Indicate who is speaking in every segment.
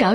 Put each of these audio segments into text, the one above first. Speaker 1: 扰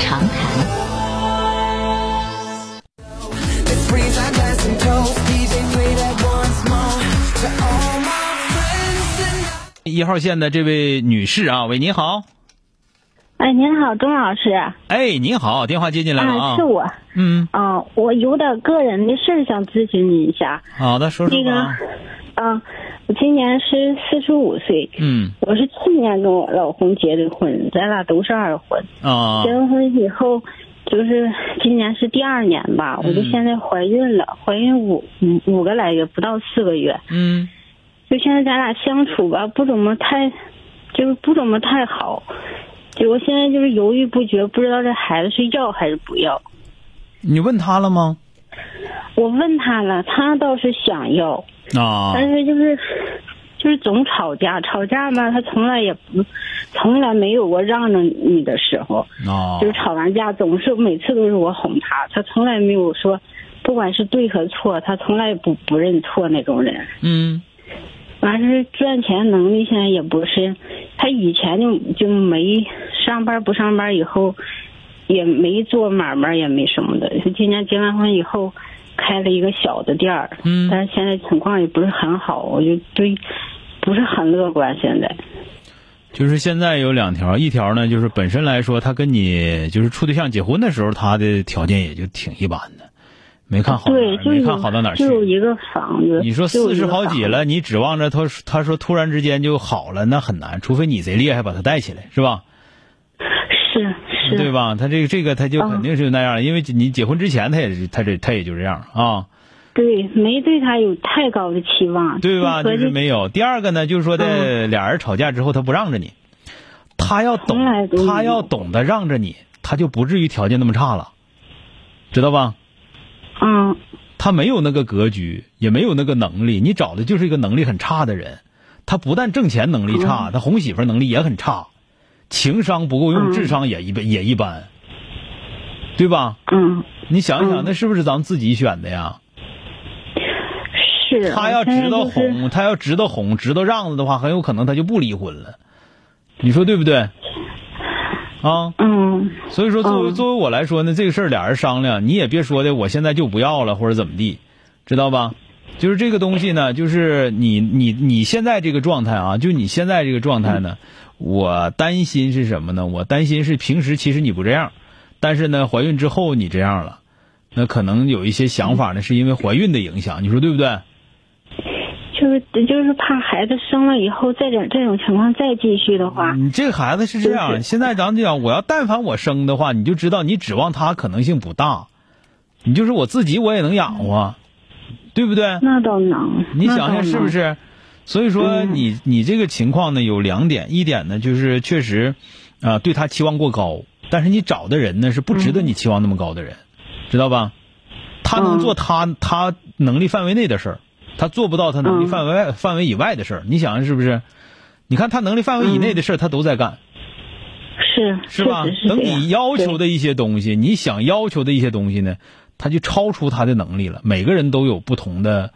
Speaker 1: 长谈》。
Speaker 2: 一号线的这位女士啊，喂，你好，
Speaker 3: 哎，您好，钟老师。
Speaker 2: 哎，你好，电话接进来了啊，
Speaker 3: 是我。
Speaker 2: 嗯，
Speaker 3: 嗯、我有点个人的事儿想咨询你一下。
Speaker 2: 好的，说说
Speaker 3: 那个
Speaker 2: 吧，，
Speaker 3: 嗯、我今年是四十五岁，
Speaker 2: 嗯
Speaker 3: 我是去年跟我老公结的婚，咱俩都是二婚。
Speaker 2: 啊
Speaker 3: 结完婚以后，就是今年是第二年吧，我就
Speaker 2: 嗯
Speaker 3: 现在怀孕了，怀孕五五五个来月，不到四个月。
Speaker 2: 嗯
Speaker 3: 就现在咱俩相处吧，不怎么太，就是不怎么太好。就我现在就是犹豫不决，不知道这孩子是要还是不要。
Speaker 2: 你问他了吗？
Speaker 3: 我问他了，他倒是想要，
Speaker 2: 啊，
Speaker 3: 但是就是就是总吵架，吵架嘛，他从来也不从来没有过让着你的时候，
Speaker 2: 啊
Speaker 3: 嗯就是吵完架总是每次都是我哄他，他从来没有说不管是对和错，他从来也不不认错那种人。
Speaker 2: 嗯
Speaker 3: 完事赚钱能力现在也不是，他以前就就没上班不上班以后，也没做买卖也没什么的。是今年结完婚以后，开了一个小的店儿，
Speaker 2: 嗯
Speaker 3: 但是现在情况也不是很好，我就对不是很乐观。现在
Speaker 2: 就是现在有两条，一条呢就是本身来说，他跟你就是处对象结婚的时候，他的条件也就挺一般的，没看好哪
Speaker 3: 对
Speaker 2: 儿，
Speaker 3: 就
Speaker 2: 没
Speaker 3: 有
Speaker 2: 看好到哪儿去
Speaker 3: 就。有一个房子，
Speaker 2: 你说
Speaker 3: 就有
Speaker 2: 四
Speaker 3: 一
Speaker 2: 十
Speaker 3: 个
Speaker 2: 好
Speaker 3: 房
Speaker 2: 几
Speaker 3: 子，
Speaker 2: 了，你指望着他说他说突然之间就好了，那很难，除非你贼厉害把他带起来，是吧？
Speaker 3: 是是，
Speaker 2: 对吧？他这个这个他就
Speaker 3: 嗯
Speaker 2: 肯定是那样，因为你结婚之前他也是他这他也就这样啊，
Speaker 3: 对没对他有太高的期望，
Speaker 2: 对吧？
Speaker 3: 就
Speaker 2: 就
Speaker 3: 合
Speaker 2: 是
Speaker 3: 计
Speaker 2: 没有。第二个呢，就是说的俩人吵架之后，他不让着你，他要
Speaker 3: 从来
Speaker 2: 懂
Speaker 3: 都没有
Speaker 2: 他要懂得让着你，他就不至于条件那么差了，知道吧？
Speaker 3: 嗯
Speaker 2: 他没有那个格局，也没有那个能力，你找的就是一个能力很差的人。他不但挣钱能力差，他哄媳妇儿能力也很差，情商不够用，
Speaker 3: 嗯
Speaker 2: 智商也一般也一般，对吧？
Speaker 3: 嗯
Speaker 2: 你想一想，
Speaker 3: 嗯
Speaker 2: 那是不是咱们自己选的呀？
Speaker 3: 啊是，
Speaker 2: 他
Speaker 3: 我
Speaker 2: 要
Speaker 3: 现在
Speaker 2: 知道
Speaker 3: 就是
Speaker 2: 哄，他要知道哄，知道让着的话，很有可能他就不离婚了。你说对不对？啊，
Speaker 3: 嗯。
Speaker 2: 所以说作为
Speaker 3: 嗯
Speaker 2: 作为我来说呢，这个事儿俩人商量，你也别说的我现在就不要了或者怎么地，知道吧？就是这个东西呢，就是你你你现在这个状态啊，就你现在这个状态呢，我担心是什么呢？我担心是平时其实你不这样，但是呢，怀孕之后你这样了，那可能有一些想法呢，是因为怀孕的影响，你说对不对？
Speaker 3: 就是就是怕孩子生了以后，再这这种情况再继续的话，
Speaker 2: 你这个孩子是这
Speaker 3: 就
Speaker 2: 样，
Speaker 3: 是
Speaker 2: 现在咱们讲，我要但凡我生的话，你就知道你指望他可能性不大，你就是我自己我也能养活，对不对？
Speaker 3: 那倒能。
Speaker 2: 你
Speaker 3: 那
Speaker 2: 想
Speaker 3: 倒
Speaker 2: 想是不
Speaker 3: 能？
Speaker 2: 是？所以说
Speaker 3: 嗯
Speaker 2: 你你这个情况呢有两点，一点呢就是确实，啊、对他期望过高，但是你找的人呢是不值得你期望那么高的人，知道吧？他能
Speaker 3: 嗯
Speaker 2: 做他他能力范围内的事儿，他做不到他能力
Speaker 3: 嗯
Speaker 2: 范围外、范围以外的事儿，你想想是不是？你看他能力范围以内的
Speaker 3: 嗯
Speaker 2: 事儿他都在干，
Speaker 3: 是
Speaker 2: 是吧
Speaker 3: 确实？是
Speaker 2: 等
Speaker 3: 这样
Speaker 2: 你要求的一些东西，你想要求的一些东西呢，他就超出他的能力了。每个人都有不同的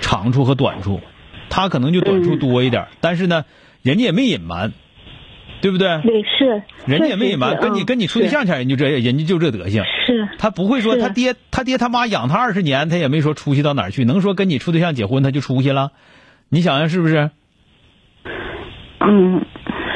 Speaker 2: 长处和短处，他可能就短处多一点儿，
Speaker 3: 嗯
Speaker 2: 但是呢，人家也没隐瞒，对不对？
Speaker 3: 对对是，
Speaker 2: 人家也没
Speaker 3: 确实
Speaker 2: 隐瞒，
Speaker 3: 是
Speaker 2: 跟你
Speaker 3: 嗯
Speaker 2: 跟你处对象前，人就这，人家就这德行。
Speaker 3: 是
Speaker 2: 他不会说
Speaker 3: 是
Speaker 2: 他爹他爹他妈养他二十年，他也没说出息到哪儿去，能说跟你处对象结婚他就出息了？你想想是不是？
Speaker 3: 嗯，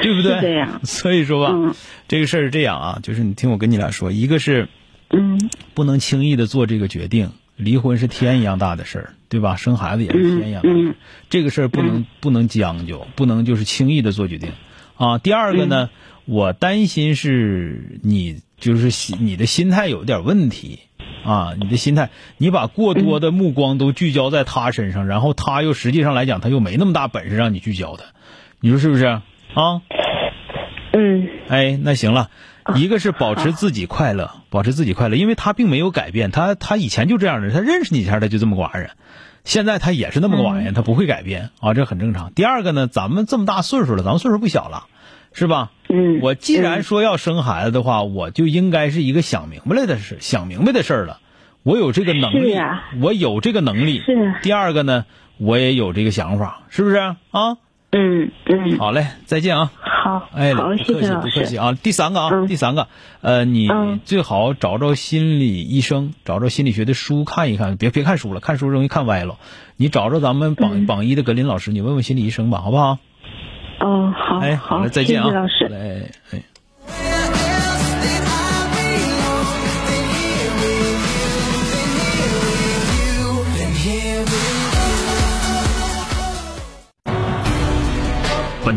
Speaker 2: 对不对？
Speaker 3: 是这样。
Speaker 2: 所以说吧，
Speaker 3: 嗯
Speaker 2: 这个事儿是这样啊，就是你听我跟你俩说，一个是
Speaker 3: 嗯
Speaker 2: 不能轻易的做这个决定，离婚是天一样大的事儿，对吧？生孩子也是天一
Speaker 3: 嗯
Speaker 2: 样大的事儿
Speaker 3: 嗯
Speaker 2: 这个事儿不能、不能将就，不能就是轻易的做决定啊。第二个
Speaker 3: 嗯
Speaker 2: 呢，我担心是你就是心你的心态有点问题啊，你的心态，你把过多的目光都聚焦在他身上，然后他又实际上来讲他又没那么大本事让你聚焦他，你说是不是啊？
Speaker 3: 嗯
Speaker 2: 哎，那行了，
Speaker 3: 啊
Speaker 2: 一个是保持自己快乐，保持自己快乐，因为他并没有改变，他他以前就这样的人，他认识你一下他就这么个玩意儿，现在他也
Speaker 3: 嗯
Speaker 2: 是那么个玩意儿，他不会改变啊，这很正常。第二个呢，咱们这么大岁数了，咱们岁数不小了，是吧？
Speaker 3: 嗯，
Speaker 2: 我既然
Speaker 3: 嗯
Speaker 2: 说要生孩子的话，我就应该是一个想明白了的事，想明白的事儿了。我有这个能力，
Speaker 3: 是啊
Speaker 2: 我有这个能力。
Speaker 3: 是啊
Speaker 2: 第二个呢，我也有这个想法，是不是啊？
Speaker 3: 嗯嗯，
Speaker 2: 好嘞，再见啊！
Speaker 3: 好，
Speaker 2: 哎，不
Speaker 3: 好，
Speaker 2: 客气，
Speaker 3: 谢谢
Speaker 2: 不
Speaker 3: 老
Speaker 2: 客
Speaker 3: 师
Speaker 2: 气。啊！第三个啊，
Speaker 3: 嗯
Speaker 2: 第三个，呃，你
Speaker 3: 嗯
Speaker 2: 最好找找心理医生，找找心理学的书看一看，别别看书了，看书容易看歪了。你找找咱们榜、
Speaker 3: 嗯
Speaker 2: 榜一的格林老师，你问问心理医生吧，好不好？
Speaker 3: 哦，好，
Speaker 2: 哎，好
Speaker 3: 好，
Speaker 2: 嘞，再见啊！
Speaker 3: 谢谢老师
Speaker 2: 好。嘞，哎。哎
Speaker 4: Here we
Speaker 5: 本